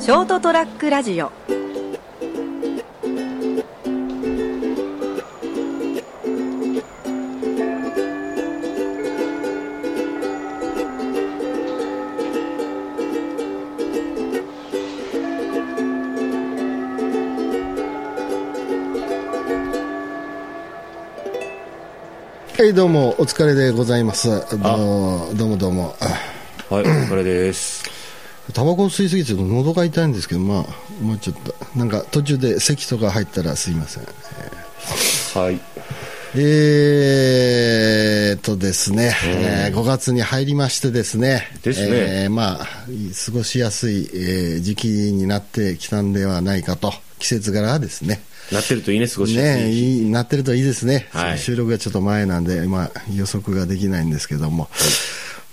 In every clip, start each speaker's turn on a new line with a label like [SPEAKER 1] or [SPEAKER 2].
[SPEAKER 1] ショートトラックラジオ
[SPEAKER 2] はい、どうも、お疲れでございます。どうどうもどうも。あ
[SPEAKER 3] はい、お疲れです。
[SPEAKER 2] タバコ吸いすぎて、喉が痛いんですけど、まあ、もうちょっと、なんか途中で咳とか入ったらすいません。
[SPEAKER 3] はい。
[SPEAKER 2] えーっとですね、え5月に入りましてですね、
[SPEAKER 3] ですね
[SPEAKER 2] えーまあ、過ごしやすい、えー時期になってきたんではないかと、季節柄ですね。
[SPEAKER 3] なってるといいね、少し。
[SPEAKER 2] ね、いいなってるといいですね、
[SPEAKER 3] はい
[SPEAKER 2] 収録がちょっと前なんで、今、予測ができないんですけども、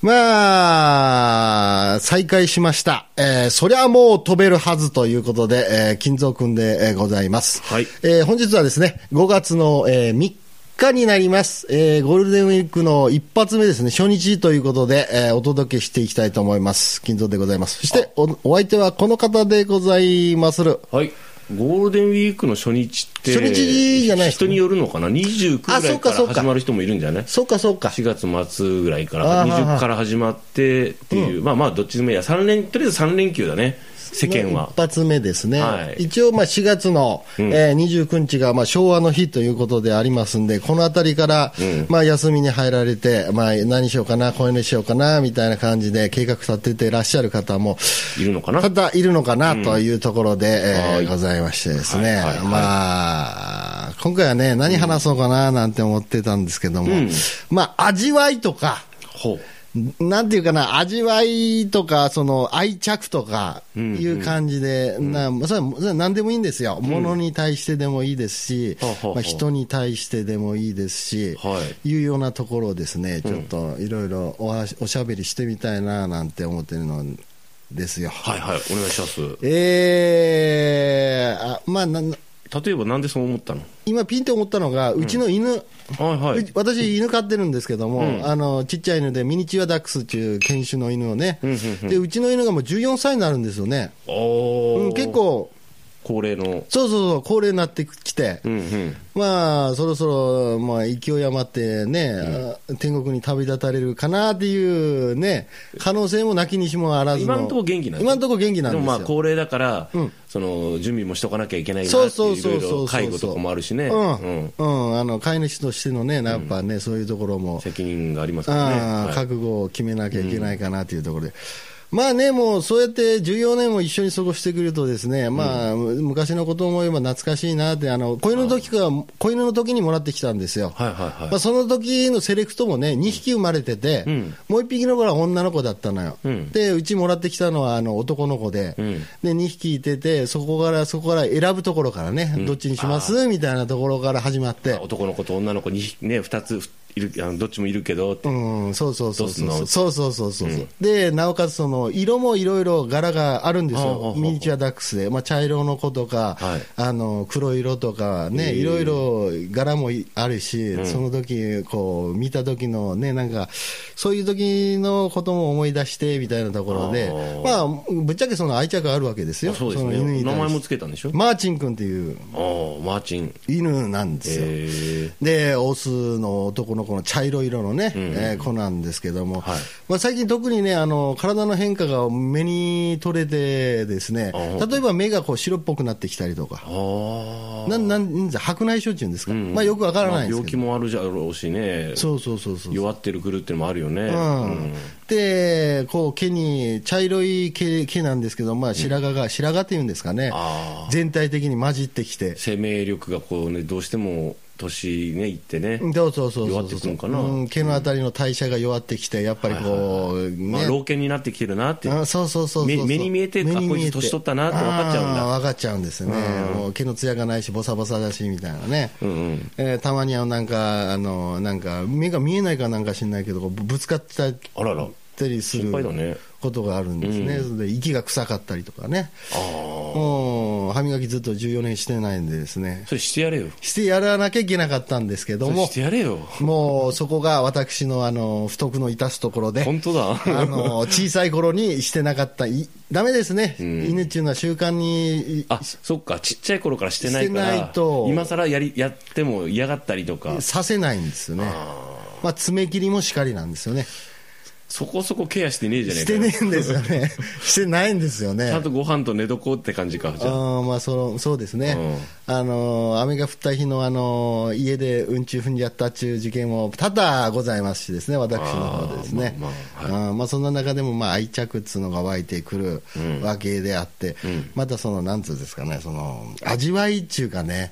[SPEAKER 2] まあ、再開しました、えーそりゃもう飛べるはずということで、えー金蔵君でえーございます、
[SPEAKER 3] はい
[SPEAKER 2] えー本日はですね、5月の、え3日になります、えーゴールデンウィークの一発目ですね、初日ということで、えーお届けしていきたいと思います。金蔵でございます。そしてお、お相手はこの方でございまする。
[SPEAKER 3] はい。ゴールデンウィークの初日って、
[SPEAKER 2] 初日じゃないですね
[SPEAKER 3] 人によるのかな ?29 ぐら
[SPEAKER 2] あそう
[SPEAKER 3] いか
[SPEAKER 2] かそう
[SPEAKER 3] ら
[SPEAKER 2] か
[SPEAKER 3] 始まる人もいるんじゃない
[SPEAKER 2] そうか、そうか。
[SPEAKER 3] 4月末ぐらいか
[SPEAKER 2] あ
[SPEAKER 3] ら、
[SPEAKER 2] ーはいはい
[SPEAKER 3] 20から始まってっていう、まあまあ、どっちでもいいや、三連、とりあえず3連休だね、世間は
[SPEAKER 2] 一。発目ですね、
[SPEAKER 3] はい
[SPEAKER 2] 一応、4月の、えー29日がまあ昭和の日ということでありますんで、このあたりから、まあ、休みに入られて、まあ、何しようかな、こういうのしようかなみたいな感じで計画立ててらっしゃる方も、
[SPEAKER 3] いるのかな
[SPEAKER 2] 多々いるのかなというところで、えー
[SPEAKER 3] はい
[SPEAKER 2] ございましてですね、
[SPEAKER 3] はいはいはい
[SPEAKER 2] まあ、今回はね、何話そうかななんて思ってたんですけども、まあ、味わいとか、
[SPEAKER 3] ほう。
[SPEAKER 2] なんていうかな、味わいとか、その愛着とかいう感じで、なそれはそれは何でもいいんですよ、物に対してでもいいですし
[SPEAKER 3] はあはあ、はあ
[SPEAKER 2] まあ人に対してでもいいですし、、
[SPEAKER 3] はい
[SPEAKER 2] うようなところをですね、ちょっといろいろおはしおしゃべりしてみたいななんて思ってるのですよ。
[SPEAKER 3] はいはい、お願いします。
[SPEAKER 2] えーあまあ、なん
[SPEAKER 3] 例えば、なんでそう思ったの
[SPEAKER 2] 今、ピンと思ったのが、うちの犬。
[SPEAKER 3] はいうはい
[SPEAKER 2] ち。私、犬飼ってるんですけども、あのちっちゃい犬で、ミニチュアダックスっていう犬種の犬をね、でうちの犬がもう14歳になるんですよね、
[SPEAKER 3] おー
[SPEAKER 2] うん結、構、
[SPEAKER 3] 恒例の。
[SPEAKER 2] そうそうそう、高齢になってきて、
[SPEAKER 3] うんうん。
[SPEAKER 2] まあ、そろそろ、まあ、勢い余ってね、あ天国に旅立たれるかなっていうね、可能性もなきにしもあらずの、
[SPEAKER 3] 今のところ元気なんですよ
[SPEAKER 2] 今のところ元気なんですよ。
[SPEAKER 3] でもまあ高齢だから、その準備もしとかなきゃいけないなって
[SPEAKER 2] そうそう
[SPEAKER 3] い
[SPEAKER 2] そう
[SPEAKER 3] ろい
[SPEAKER 2] そ
[SPEAKER 3] ろ
[SPEAKER 2] う
[SPEAKER 3] 介護とかもあるしね、うん
[SPEAKER 2] うん、うん、あの飼い主としてのね、やっぱね、そういうところも、
[SPEAKER 3] 責任がありますからね、
[SPEAKER 2] ああ
[SPEAKER 3] はい
[SPEAKER 2] 覚悟を決めなきゃいけないかなというところで。まあね、もうそうやって14年も一緒に過ごしてくるとですね、まあ、む昔のことを思えば懐かしいなって、あの、子犬の時から、子犬の時にもらってきたんですよ。
[SPEAKER 3] はいはいはい
[SPEAKER 2] まあ、その時のセレクトもね、2匹生まれてて、もう1匹の子は女の子だったのよ、
[SPEAKER 3] ん
[SPEAKER 2] でうちもらってきたのはあの男の子で,、
[SPEAKER 3] ん
[SPEAKER 2] で、2匹いてて、そこからそこから選ぶところからね、どっちにしますみたいなところから始まって、
[SPEAKER 3] 男の子と女の子に、ね、2ついるあのどっちもいるけどって、
[SPEAKER 2] うん、そうそうそうそう
[SPEAKER 3] どう
[SPEAKER 2] そうそうそうそう、でなおかつその色もいろいろ柄があるんです
[SPEAKER 3] はあはあは
[SPEAKER 2] よ、
[SPEAKER 3] あ
[SPEAKER 2] ミニチュアダックスで、まあ、茶色の子とか、
[SPEAKER 3] はい
[SPEAKER 2] あの黒色とかね、いろいろ柄もいあるし、その時こう見た時のね、なんか、そういう時のことも思い出してみたいなところで、まあ、ぶっちゃけその愛着あるわけですよ、
[SPEAKER 3] あそうです
[SPEAKER 2] の犬に対し
[SPEAKER 3] ね名
[SPEAKER 2] て
[SPEAKER 3] 前もつけたんでしょ、
[SPEAKER 2] マーチン君っていう
[SPEAKER 3] あーマーチン
[SPEAKER 2] 犬なんですよ。
[SPEAKER 3] え
[SPEAKER 2] で、オスの男の子の茶色色のね、えー子なんですけども、
[SPEAKER 3] はい
[SPEAKER 2] まあ、最近特にね、あの、体の変化が目に取れてですね、
[SPEAKER 3] あ
[SPEAKER 2] 例えば目がこう白っぽくなってきたりとか、
[SPEAKER 3] ー、あ
[SPEAKER 2] なん、なん、白内障っていうんですか、まあよくわからないんです
[SPEAKER 3] 病
[SPEAKER 2] け
[SPEAKER 3] 気
[SPEAKER 2] ど。
[SPEAKER 3] もあるじゃろうしね
[SPEAKER 2] そうそうそうそう。
[SPEAKER 3] 弱ってるくるってのもあるよね、
[SPEAKER 2] うんで、こう毛に、茶色い毛毛なんですけど、まあ、白髪が、白髪っていうんですかね
[SPEAKER 3] あ、
[SPEAKER 2] 全体的に混じってきて、
[SPEAKER 3] 生命力がこう、ね、どうしても年ねいってね、
[SPEAKER 2] そうそうそうそうそう
[SPEAKER 3] 弱ってくんかな
[SPEAKER 2] うん毛のあたりの代謝が弱ってきて、やっぱりこう、ね
[SPEAKER 3] まあ、老犬になってきてるなって
[SPEAKER 2] あそうそうそうそうそう
[SPEAKER 3] 目目に見えて
[SPEAKER 2] 目に
[SPEAKER 3] あこいつ年取ったなって分かっちゃうんだ
[SPEAKER 2] あー分かっちゃうんですよね、もう毛の艶がないしボサボサだしみたいなね、えーたまにはなんかあのなんか目が見えないかなんか知んないけどこうぶぶつかっちゃっ
[SPEAKER 3] あらら
[SPEAKER 2] たりする
[SPEAKER 3] 心配だね
[SPEAKER 2] ことがあるんですね、それで息が臭かったりとかね
[SPEAKER 3] ああ
[SPEAKER 2] うの歯磨きずっと14年してないんでですね、
[SPEAKER 3] それしてやれよ。
[SPEAKER 2] してやらなきゃいけなかったんですけど
[SPEAKER 3] それ
[SPEAKER 2] も
[SPEAKER 3] し、てやれよ。
[SPEAKER 2] もうそこが私のあの不徳の致すところで、
[SPEAKER 3] 本当だ。
[SPEAKER 2] あの小さい頃にしてなかった、いダメですね、犬っていうのは習慣にい
[SPEAKER 3] あ、そっか、ちっちゃい頃からしてないか
[SPEAKER 2] してない
[SPEAKER 3] ら、
[SPEAKER 2] と
[SPEAKER 3] 今更やり、やっても嫌がったりとか、
[SPEAKER 2] させないんですよね、まあ、爪切りもしかりなんですよね、
[SPEAKER 3] そこそこケアしてねえじゃねえ
[SPEAKER 2] して
[SPEAKER 3] かよ。
[SPEAKER 2] ねえんですよね、 してないんですよね。
[SPEAKER 3] ちゃんとご飯と寝床って感じか、じゃあ。
[SPEAKER 2] あーまあそのそうですね、あのー雨が降った日の、あのー家でうんち踏んじゃったっちゅう事件も多々ございますしですね、私の方でですね、
[SPEAKER 3] あーまあ
[SPEAKER 2] あーまあそんな中でもまあ愛着っつうのが湧いてくるわけであって、またその、なんつうんですかね、その味わいっちゅうかね、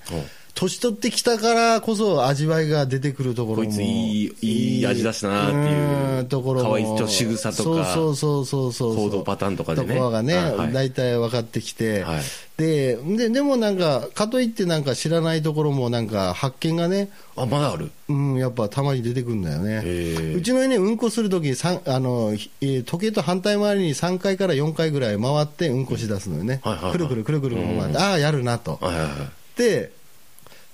[SPEAKER 2] 年取ってきたからこそ味わいが出てくるところも
[SPEAKER 3] こいついいいい味出したなっていう
[SPEAKER 2] ーんところも
[SPEAKER 3] 可愛いちょっと仕草とか
[SPEAKER 2] そうそうそうそうそう
[SPEAKER 3] 行動パターンとかでね
[SPEAKER 2] ところがね、
[SPEAKER 3] はいはい
[SPEAKER 2] 大体分かってきて、
[SPEAKER 3] はい
[SPEAKER 2] でででもなんかかといってなんか知らないところもなんか発見がね
[SPEAKER 3] あ、まだある。
[SPEAKER 2] うん、やっぱたまに出てくるんだよね
[SPEAKER 3] へ。ー
[SPEAKER 2] うちの犬、うんこするとき、さんあの、ひえー時計と反対回りに3回から4回ぐらい回ってうんこし出すのよね。
[SPEAKER 3] はいはいはい
[SPEAKER 2] くるくるくるくる回って、ああ、やるなと。
[SPEAKER 3] はいはいは
[SPEAKER 2] で、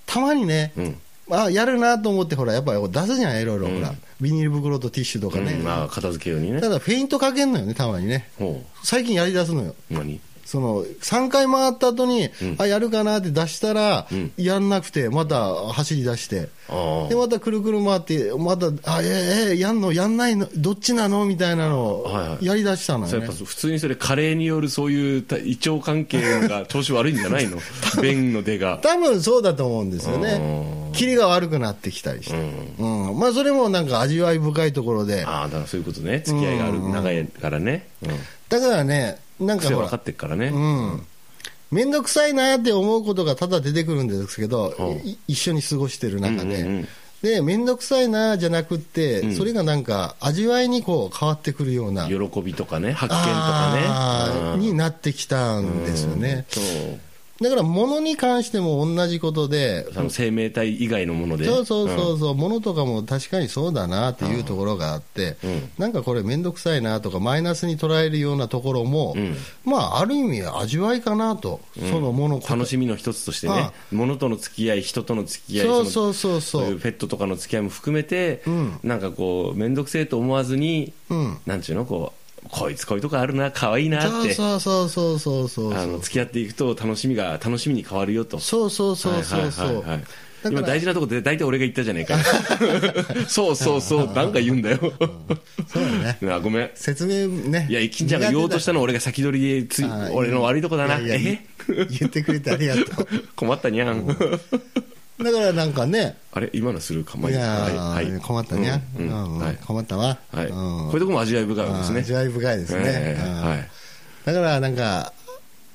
[SPEAKER 2] たまにね、
[SPEAKER 3] い。うん。
[SPEAKER 2] あやるなと思って、ほら、やっぱり出すじゃん、いろいろ、ほら。ビニール袋とティッシュとかね。
[SPEAKER 3] うんまあ、片付けようにね
[SPEAKER 2] た。だ、フェイントかけんのよね、たまにね。
[SPEAKER 3] ほ
[SPEAKER 2] 最近やり出すのよ。
[SPEAKER 3] う。何
[SPEAKER 2] その3回回った後に、あやるかなって出したら、やんなくて、また走り出して、
[SPEAKER 3] あ
[SPEAKER 2] でまたくるくる回って、また、あえええやんの、やんないの、どっちなのみたいなのを
[SPEAKER 3] はいはい
[SPEAKER 2] やりだしたの
[SPEAKER 3] そ
[SPEAKER 2] よ、
[SPEAKER 3] うや
[SPEAKER 2] ね
[SPEAKER 3] っぱ普通にそれ、加齢によるそういうた胃腸関係が調子悪いんじゃな いの便の出が。
[SPEAKER 2] 多分そうだと思うんですよね
[SPEAKER 3] う、
[SPEAKER 2] キリが悪くなってきたりして、うんまあ、それもなんか味わい深いところで、
[SPEAKER 3] ああ、だからそういうことね。付き合いがある、長いからね。うん。
[SPEAKER 2] だからね、なんか
[SPEAKER 3] 癖
[SPEAKER 2] ほ、
[SPEAKER 3] 分からってっからね。
[SPEAKER 2] うん、めんどくさいなって思うことがただ出てくるんですけど、
[SPEAKER 3] うん
[SPEAKER 2] い一緒に過ごしてる中で。
[SPEAKER 3] うんうんうん
[SPEAKER 2] で、めんどくさいなじゃなくって、
[SPEAKER 3] ん
[SPEAKER 2] それがなんか味わいにこう変わってくるような
[SPEAKER 3] 喜びとかね、発見と
[SPEAKER 2] あ
[SPEAKER 3] か
[SPEAKER 2] ー
[SPEAKER 3] ね。
[SPEAKER 2] になってきたんですよね。
[SPEAKER 3] そう。
[SPEAKER 2] だから物に関しても同じことで、
[SPEAKER 3] その生命体以外のもので。
[SPEAKER 2] そうそうそうそう、物とかも確かにそうだなっていうところがあって、
[SPEAKER 3] うん
[SPEAKER 2] なんかこれ、面倒くさいなとか、マイナスに捉えるようなところも、
[SPEAKER 3] うん
[SPEAKER 2] まあ、ある意味、味わいかなと、そのもの、
[SPEAKER 3] 楽しみの一つとしてね
[SPEAKER 2] あ、
[SPEAKER 3] 物との付き合い、人との付き合い、
[SPEAKER 2] そう
[SPEAKER 3] の
[SPEAKER 2] そうそう
[SPEAKER 3] そ
[SPEAKER 2] そう
[SPEAKER 3] いうう、ペットとかの付き合いも含めて、
[SPEAKER 2] うん
[SPEAKER 3] なんかこう、面倒くせえと思わずに、
[SPEAKER 2] うん、
[SPEAKER 3] なんちゅうの、こう、こいつこういうとこあるな、可愛いなって、
[SPEAKER 2] そうそうそうそうそう
[SPEAKER 3] あ
[SPEAKER 2] そ
[SPEAKER 3] の
[SPEAKER 2] う、
[SPEAKER 3] 付き合っていくと楽しみが、楽しみに変わるよと。
[SPEAKER 2] そうそうそうそうそ
[SPEAKER 3] はい
[SPEAKER 2] う
[SPEAKER 3] はいはいはい、
[SPEAKER 2] だか
[SPEAKER 3] 今
[SPEAKER 2] ら
[SPEAKER 3] 大事なとこで大体俺が言ったじ ゃねえかそうそうそうなんか言うんだよ
[SPEAKER 2] そうだね、
[SPEAKER 3] なあごめん
[SPEAKER 2] 説明ね、
[SPEAKER 3] いや、いきんちゃんが言おうとしたの、俺が先取りでつい
[SPEAKER 2] あー、
[SPEAKER 3] 俺の悪いとこだな。
[SPEAKER 2] いやいや
[SPEAKER 3] え
[SPEAKER 2] 言ってくれてありがと
[SPEAKER 3] 困ったにゃん。
[SPEAKER 2] う、だからなんかね、
[SPEAKER 3] あれ今のするか ま
[SPEAKER 2] い
[SPEAKER 3] い
[SPEAKER 2] や
[SPEAKER 3] はい
[SPEAKER 2] ー、
[SPEAKER 3] はい。
[SPEAKER 2] 困ったね、
[SPEAKER 3] うんうん
[SPEAKER 2] うん
[SPEAKER 3] はい
[SPEAKER 2] 困ったわ、
[SPEAKER 3] はい。
[SPEAKER 2] うん
[SPEAKER 3] こういうとこも味わい深いですね。
[SPEAKER 2] 味わい深いですね、
[SPEAKER 3] ええ
[SPEAKER 2] うん
[SPEAKER 3] はい。
[SPEAKER 2] だからなんか、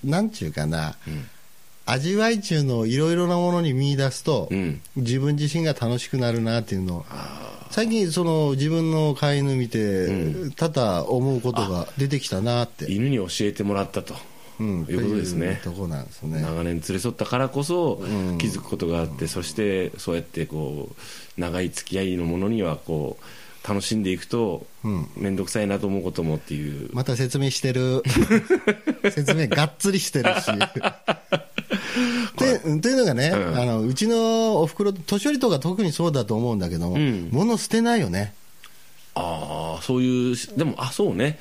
[SPEAKER 2] なんちゅうかな、味わい中のいろいろなものに見出すと、
[SPEAKER 3] うん
[SPEAKER 2] 自分自身が楽しくなるなっていうのを最近その自分の飼い犬見て、多々思うことが出てきたなって、
[SPEAKER 3] 犬に教えてもらったと。
[SPEAKER 2] うん
[SPEAKER 3] いうことですね
[SPEAKER 2] というとこなんですね。
[SPEAKER 3] 長年連れ添ったからこそ気づくことがあって、そしてそうやってこう長い付き合いのものにはこう楽しんでいくと
[SPEAKER 2] うん
[SPEAKER 3] 面倒くさいなと思うこともっていう、
[SPEAKER 2] また説明してる。 説明がっつりしてるし。でうんというのがね、
[SPEAKER 3] うん
[SPEAKER 2] あのうちのおふくろ、年寄りとか特にそうだと思うんだけども、
[SPEAKER 3] ん
[SPEAKER 2] 物捨てないよね。
[SPEAKER 3] ああそういうしでもあそうね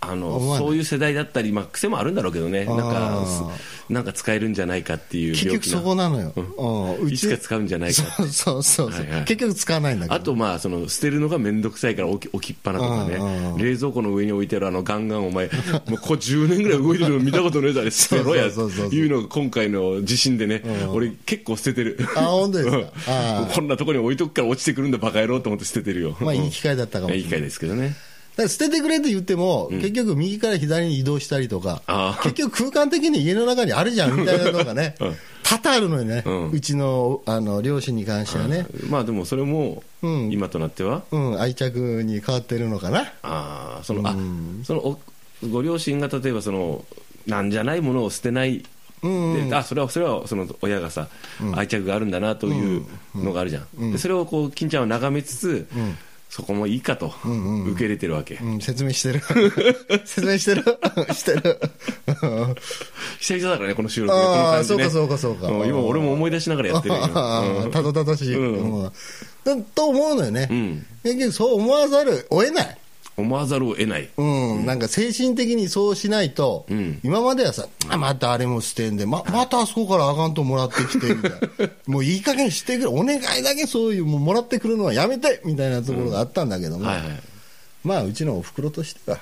[SPEAKER 3] あの
[SPEAKER 2] 思わない
[SPEAKER 3] そういう世代だったり、まあ、癖もあるんだろうけどねなん
[SPEAKER 2] あ
[SPEAKER 3] か
[SPEAKER 2] ー
[SPEAKER 3] すなんか使えるんじゃないかっていう
[SPEAKER 2] 結
[SPEAKER 3] 病
[SPEAKER 2] 局
[SPEAKER 3] 気
[SPEAKER 2] そ
[SPEAKER 3] な
[SPEAKER 2] こなのよ。うん
[SPEAKER 3] いつか使うんじゃないか
[SPEAKER 2] そうそうそうそう、
[SPEAKER 3] はいはい
[SPEAKER 2] 結局使わないんだけど。
[SPEAKER 3] あとまあその捨てるのが面倒くさいから置き置きっぱなとか
[SPEAKER 2] うんうん
[SPEAKER 3] ね冷蔵庫の上に置いてあるあのガンガンお前もうここ10年ぐらい動いてるの見たことねえだろ捨てろやって
[SPEAKER 2] そうそうそうそう
[SPEAKER 3] いうのが今回の地震でね俺結構捨ててる
[SPEAKER 2] あ、本当です
[SPEAKER 3] う
[SPEAKER 2] か
[SPEAKER 3] ん。
[SPEAKER 2] あ
[SPEAKER 3] こんなとこに置いとくから落ちてくるんだバカ野郎と思って捨ててるよ
[SPEAKER 2] あまあ、いい機会だったかもしれない
[SPEAKER 3] いい機会ですけどね
[SPEAKER 2] だから捨ててくれって言っても、結局右から左に移動したりとか
[SPEAKER 3] あ、ー
[SPEAKER 2] 結局空間的に家の中にあるじゃんみたいなのが ね、多々あるのよね、う
[SPEAKER 3] うん
[SPEAKER 2] ちのあの両親に関してはね、
[SPEAKER 3] まあでもそれも
[SPEAKER 2] うん
[SPEAKER 3] 今となっては
[SPEAKER 2] うん、愛着に変わってるのかな。
[SPEAKER 3] ああそのあそのおご両親が例えばそのなんじゃないものを捨てない
[SPEAKER 2] うん
[SPEAKER 3] であそれはそれはその親がさ、愛着があるんだなというのがあるじゃん、でそれをこう金ちゃんは眺めつつ、そこもいいかと、受け入れてるわけ、
[SPEAKER 2] うん、説明してる。 説明してる。 してる。うん
[SPEAKER 3] 久々だからねこの収録ねこの
[SPEAKER 2] ああ、
[SPEAKER 3] 感
[SPEAKER 2] そ
[SPEAKER 3] じ
[SPEAKER 2] う
[SPEAKER 3] ね
[SPEAKER 2] かそうかそうか。
[SPEAKER 3] ん今俺も思い出しながらやってるよ
[SPEAKER 2] ああ
[SPEAKER 3] う ん
[SPEAKER 2] たどたどしい。
[SPEAKER 3] うん
[SPEAKER 2] うんだと思うのよね。
[SPEAKER 3] うん
[SPEAKER 2] 結局そう思わざるを得ない。
[SPEAKER 3] 思わざるを得ない
[SPEAKER 2] うん、なんか精神的にそうしないと、
[SPEAKER 3] ん
[SPEAKER 2] 今まではさ、あまたあれも捨てんで、ままたあそこからアカウントもらってきてみたい な、もういい加減してくれ、お願いだけそういう、もうもらってくるのはやめてみたいなところがあったんだけども、
[SPEAKER 3] はいはい
[SPEAKER 2] まあ、うちのおふくろとしては、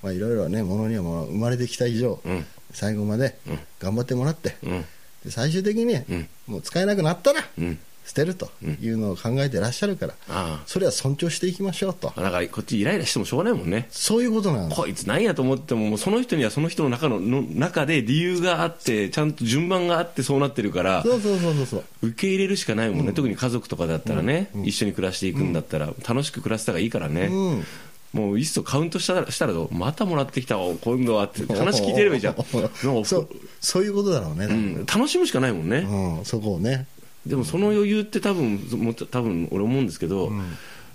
[SPEAKER 2] まあ、いろいろね、ものにはもう生まれてきた以上、
[SPEAKER 3] ん
[SPEAKER 2] 最後まで頑張ってもらって、
[SPEAKER 3] うん
[SPEAKER 2] で最終的にね、
[SPEAKER 3] ん
[SPEAKER 2] もう使えなくなったら、
[SPEAKER 3] うん
[SPEAKER 2] 捨てるというのを考えてらっしゃるから、
[SPEAKER 3] あ
[SPEAKER 2] それは尊重していきましょうと
[SPEAKER 3] あ、だからこっちイライラしてもしょうがないもんね
[SPEAKER 2] そういうことなんです。
[SPEAKER 3] こいつなんやと思ってももうその人にはその人の中のの中で理由があってちゃんと順番があってそうなってるから
[SPEAKER 2] そうそうそうそうそう
[SPEAKER 3] 受け入れるしかないもんね、特に家族とかだったらね、一緒に暮らしていくんだったら、楽しく暮らせた方がいいからね、
[SPEAKER 2] うん
[SPEAKER 3] もういっそカウントしたらしたらどうまたもらってきたわ今度はって 話聞いてればいいじゃんなんかおふ
[SPEAKER 2] そうそういうことだろうね、
[SPEAKER 3] うん楽しむしかないもんね、
[SPEAKER 2] うんそこをね
[SPEAKER 3] でもその余裕って多分もう多分俺思うんですけど、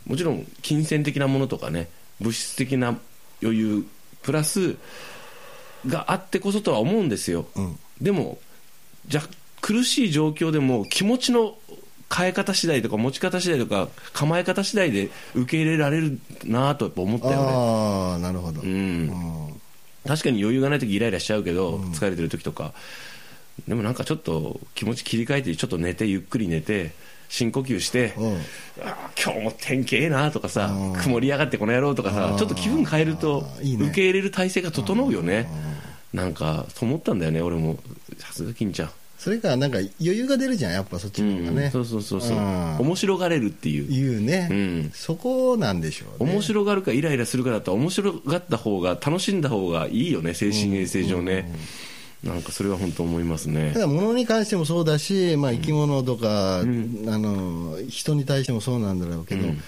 [SPEAKER 3] もちろん金銭的なものとかね物質的な余裕プラスがあってこそとは思うんですよ、
[SPEAKER 2] ん
[SPEAKER 3] でもじゃ苦しい状況でも気持ちの変え方次第とか持ち方次第とか構え方次第で受け入れられるなぁとやっぱ思ったよね
[SPEAKER 2] ああなるほど、
[SPEAKER 3] う、
[SPEAKER 2] うんん
[SPEAKER 3] 確かに余裕がない時イライラしちゃうけど、疲れてる時とかでもなんかちょっと気持ち切り替えてちょっと寝てゆっくり寝て深呼吸して、
[SPEAKER 2] うん
[SPEAKER 3] あー今日も天気ええなとかさ
[SPEAKER 2] うん
[SPEAKER 3] 曇りやがってこの野郎とか
[SPEAKER 2] う
[SPEAKER 3] さ
[SPEAKER 2] ん
[SPEAKER 3] ちょっと気分変えると
[SPEAKER 2] うんいいね
[SPEAKER 3] 受け入れる体制が整うよねなんかそう思ったんだよね俺もさすが金ちゃん
[SPEAKER 2] それからなんか余裕が出るじゃんやっぱそっちの方がね、
[SPEAKER 3] そうそうそうそう
[SPEAKER 2] うん
[SPEAKER 3] 面白がれるっていう
[SPEAKER 2] いうね、
[SPEAKER 3] うん
[SPEAKER 2] そこなんでしょうね
[SPEAKER 3] 面白がるかイライラするかだったら面白がった方が楽しんだ方がいいよね精神衛生上ねなんかそれは本当思いますね
[SPEAKER 2] だから物に関してもそうだし、まあ、生き物とか、あの人に対してもそうなんだろうけど、
[SPEAKER 3] うん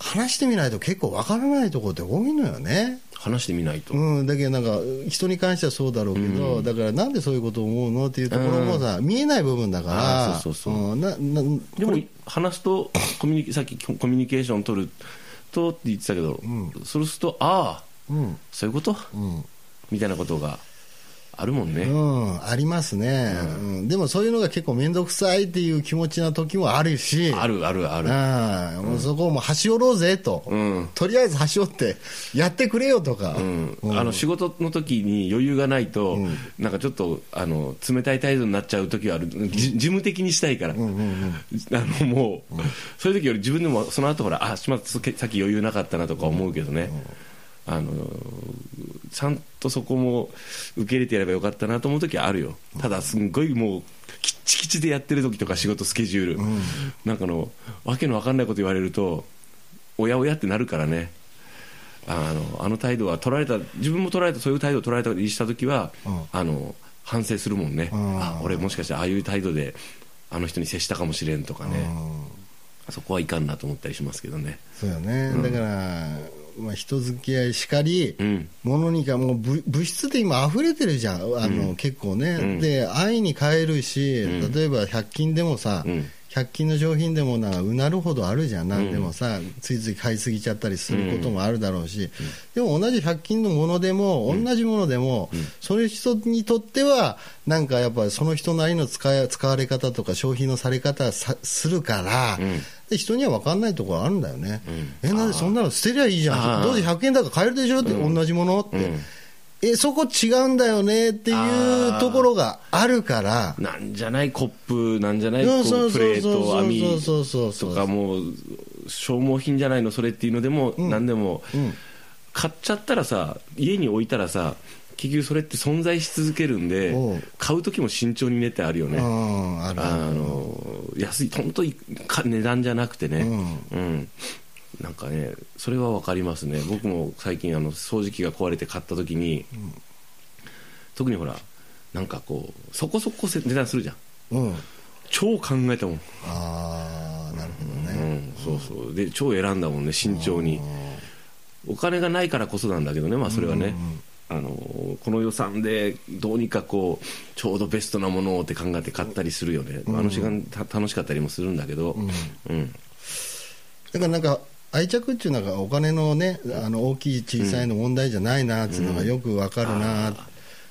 [SPEAKER 2] 話してみないと結構わからないところって多いのよね
[SPEAKER 3] 話してみないと
[SPEAKER 2] うん、だけどなんか人に関してはそうだろうけど、だからなんでそういうことを思うのっていうところもさ、見えない部分だか
[SPEAKER 3] あ
[SPEAKER 2] ら
[SPEAKER 3] ーそうそうそうん
[SPEAKER 2] なな
[SPEAKER 3] で
[SPEAKER 2] こ
[SPEAKER 3] も
[SPEAKER 2] れ
[SPEAKER 3] 話すとコミュニケさっきコミュニケーション取るとって言ってたけどそうするとああ
[SPEAKER 2] うん
[SPEAKER 3] そういうこと
[SPEAKER 2] うん
[SPEAKER 3] みたいなことがあるもんね。
[SPEAKER 2] うん、ありますね、うんでもそういうのが結構面倒くさいっていう気持ちな時もあるし
[SPEAKER 3] あるあるある。
[SPEAKER 2] あもうそこをもう端折ろうぜと、
[SPEAKER 3] うん
[SPEAKER 2] とりあえず端折ってやってくれよとか、
[SPEAKER 3] うん
[SPEAKER 2] うん
[SPEAKER 3] あの仕事の時に余裕がないと、なんかちょっとあの冷たい態度になっちゃう時はある、じ事務的にしたいから、あのもう、そういう時より自分でもその後ほら、あしまったさっきさっき余裕なかったなとか思うけどね、あのちゃんとそこも受け入れてやればよかったなと思う時はあるよ、ただ、すんごいもう、きっちきちでやってる時とか、仕事スケジュール、なんかの、わけのわかんないこと言われると、おやおやってなるからね。あのあの態度は取られた自分も取られたそういう態度を取られたりした時は、
[SPEAKER 2] うん
[SPEAKER 3] あの反省するもんね、
[SPEAKER 2] うん
[SPEAKER 3] あ俺もしかしてああいう態度であの人に接したかもしれんとか
[SPEAKER 2] う
[SPEAKER 3] ね、
[SPEAKER 2] ん
[SPEAKER 3] そこはいかんなと思ったりしますけどね
[SPEAKER 2] そうよね、だから、まあ、人付き合いしかり、
[SPEAKER 3] うん
[SPEAKER 2] 物にかもう物物質って今溢れてるじゃんあの、結構ね、
[SPEAKER 3] ん
[SPEAKER 2] で愛に変えるし、例えば100均でもさ、
[SPEAKER 3] うん
[SPEAKER 2] 100均の商品でもなうなるほどあるじゃん何でもさ、ついつい買いすぎちゃったりすることもあるだろうし、でも同じ100均のものでも同じものでも、その人にとってはなんかやっぱりその人なりの使い使われ方とか消費のされ方さするから、
[SPEAKER 3] ん
[SPEAKER 2] で人には分かんないところあるんだよね、
[SPEAKER 3] う
[SPEAKER 2] えなんでそんなの捨てりゃいいじゃ
[SPEAKER 3] あ
[SPEAKER 2] ん
[SPEAKER 3] ー
[SPEAKER 2] どうせ100円だから買えるでしょって、同じものって、
[SPEAKER 3] うん
[SPEAKER 2] えそこ違うんだよねっていうところがあるから
[SPEAKER 3] なんじゃないコップなんじゃない
[SPEAKER 2] そ
[SPEAKER 3] こ
[SPEAKER 2] うそうう
[SPEAKER 3] プ
[SPEAKER 2] そ
[SPEAKER 3] レ
[SPEAKER 2] う
[SPEAKER 3] ー
[SPEAKER 2] そう
[SPEAKER 3] ト
[SPEAKER 2] そう
[SPEAKER 3] 網
[SPEAKER 2] そうそうそう
[SPEAKER 3] とかもう消耗品じゃないのそれっていうのでも、何でも、
[SPEAKER 2] ん
[SPEAKER 3] 買っちゃったらさ家に置いたらさ結局それって存在し続けるんで
[SPEAKER 2] おう
[SPEAKER 3] 買う時も慎重にねってあるよね、
[SPEAKER 2] うんある
[SPEAKER 3] あの安い、本当にか値段じゃなくてね、うんなんかね、それは分かりますね、僕も最近、あの掃除機が壊れて買ったときに、特にほら、なんかこう、そこそこせ値段するじゃん、
[SPEAKER 2] うん
[SPEAKER 3] 超考えたもん、
[SPEAKER 2] ああなるほど
[SPEAKER 3] う
[SPEAKER 2] ね、
[SPEAKER 3] ん、そうそう、で、超選んだもんね、慎重に。お金がないからこそなんだけどね、まあ、それはね。あのこの予算でどうにかこうちょうどベストなものをって考えて買ったりするよね、あの時間た楽しかったりもするんだけど、うん
[SPEAKER 2] だからなんか愛着っていうのがお金のね、あの大きい、小さいの問題じゃないなっていうのがよくわかるな、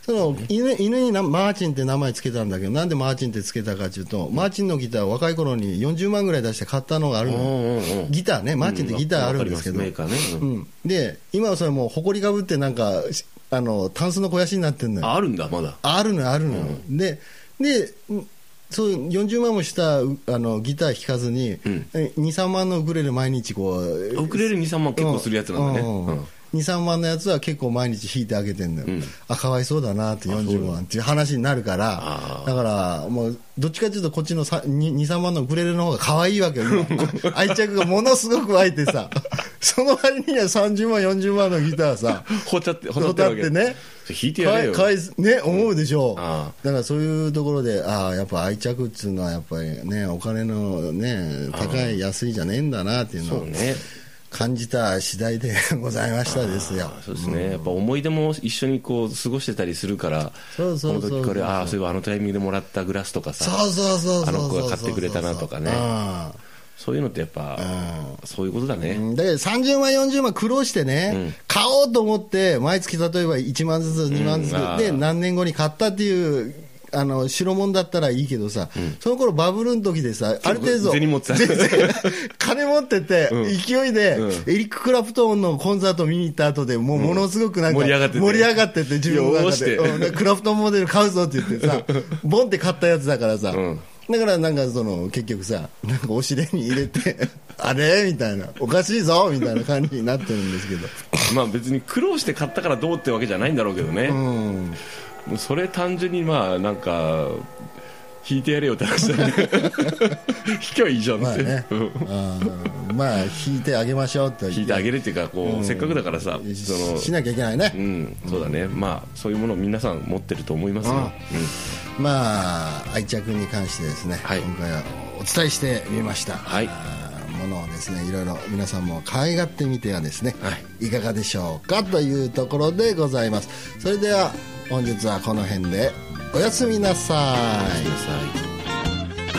[SPEAKER 2] その犬犬になマーチンって名前つけたんだけど、なんでマーチンってつけたかというと、マーチンのギター、若い頃に40万ぐらい出して買ったのがある
[SPEAKER 3] うん
[SPEAKER 2] の、
[SPEAKER 3] うんうん
[SPEAKER 2] ギターね、マーチンってギターあるんですけど、
[SPEAKER 3] わかりますメーカー
[SPEAKER 2] う
[SPEAKER 3] ね、
[SPEAKER 2] ん、で今はそれもう、ほこりかぶって、なんか、しあのタンスの肥やしになってんの
[SPEAKER 3] うん
[SPEAKER 2] よ。
[SPEAKER 3] ああるんだまだ
[SPEAKER 2] あるのよあるのよ、ででうんそういう40万もしたうあのギター弾かずに、
[SPEAKER 3] ん
[SPEAKER 2] 23万のウクレレ毎日こう
[SPEAKER 3] ウクレレ23万結構するやつなんだ
[SPEAKER 2] う
[SPEAKER 3] ね、うん
[SPEAKER 2] うん
[SPEAKER 3] ん
[SPEAKER 2] 23万のやつは結構毎日弾いてあげてんのよ、
[SPEAKER 3] うん
[SPEAKER 2] あかわいそうだなって40万っていう話になるから
[SPEAKER 3] あ
[SPEAKER 2] だからもうどっちかというとこっちの23万のウクレレの方が可愛いわけよ 今愛着がものすごく湧いてさ その割には30万40万のギターさ
[SPEAKER 3] ほたってほ
[SPEAKER 2] そ
[SPEAKER 3] た
[SPEAKER 2] う
[SPEAKER 3] っ
[SPEAKER 2] だって
[SPEAKER 3] る
[SPEAKER 2] て
[SPEAKER 3] わけ
[SPEAKER 2] ね
[SPEAKER 3] 引いてやれよ
[SPEAKER 2] かえかえね、思うでしょう、
[SPEAKER 3] あ
[SPEAKER 2] だからそういうところで、ああ、やっぱ愛着っていうのは、やっぱりね、お金のね、高い、安いじゃねえんだなっていうの
[SPEAKER 3] そ
[SPEAKER 2] を
[SPEAKER 3] うね
[SPEAKER 2] 感じた次第でございましたですよ。
[SPEAKER 3] そうですね、やっぱ思い出も一緒にこう過ごしてたりするから、
[SPEAKER 2] そうそうそうそう
[SPEAKER 3] この時これ、ああ、そういえばあのタイミングでもらったグラスとかさ、
[SPEAKER 2] そうそうそうそうそうそう。
[SPEAKER 3] あの子が買ってくれたなとかね
[SPEAKER 2] うん
[SPEAKER 3] そういうのってやっぱ、そういうことだね、
[SPEAKER 2] だけど30万、40万苦労してね、買おうと思って、毎月例えば1万ずつ、2万ずつ、
[SPEAKER 3] うん
[SPEAKER 2] で、
[SPEAKER 3] あー
[SPEAKER 2] 何年後に買ったっていう。あの白物だったらいいけどさ、その頃バブルの時でさ、ある程度、
[SPEAKER 3] 銭持ってた
[SPEAKER 2] 全然 金持ってて、勢いで、
[SPEAKER 3] う
[SPEAKER 2] エリック・クラプトンのコンサート見に行った後で、もうものすごくなんか、
[SPEAKER 3] 盛り上がってて
[SPEAKER 2] 盛り上がってて自分の
[SPEAKER 3] よー
[SPEAKER 2] 中
[SPEAKER 3] し
[SPEAKER 2] で、
[SPEAKER 3] て
[SPEAKER 2] うんでクラプトンモデル買うぞって言って さ、ボンって買ったやつだからさ、
[SPEAKER 3] ん
[SPEAKER 2] だからなんかその結局さ、なんかお尻に入れて、 あれみたいな、おかしいぞみたいな感じになってるんですけど、
[SPEAKER 3] まあ別に苦労して買ったからどうってわけじゃないんだろうけどね、もうそれ単純にまあ、なんか、引いてやれよって話 だね、引きゃいいじゃん
[SPEAKER 2] ま
[SPEAKER 3] っ
[SPEAKER 2] あ
[SPEAKER 3] て。
[SPEAKER 2] ね、
[SPEAKER 3] うん
[SPEAKER 2] あーまあ、引いてあげましょうって
[SPEAKER 3] 引いてあげるっていうかこう、せっかくだからさ
[SPEAKER 2] し
[SPEAKER 3] その
[SPEAKER 2] しなきゃいけないね。
[SPEAKER 3] うん、そうだね、まあそういうものを皆さん持ってると思いますよ、
[SPEAKER 2] う
[SPEAKER 3] うんん
[SPEAKER 2] まあ愛着に関してですね、
[SPEAKER 3] はい
[SPEAKER 2] 今回はお伝えしてみました、
[SPEAKER 3] はい
[SPEAKER 2] あーものをですねいろいろ皆さんも可愛がってみてはですね、、
[SPEAKER 3] はい
[SPEAKER 2] かがでしょうかというところでございますそれでは本日はこの辺でおやすみなさい
[SPEAKER 3] ください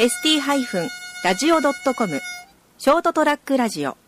[SPEAKER 1] ST-radio.com ショートトラックラジオ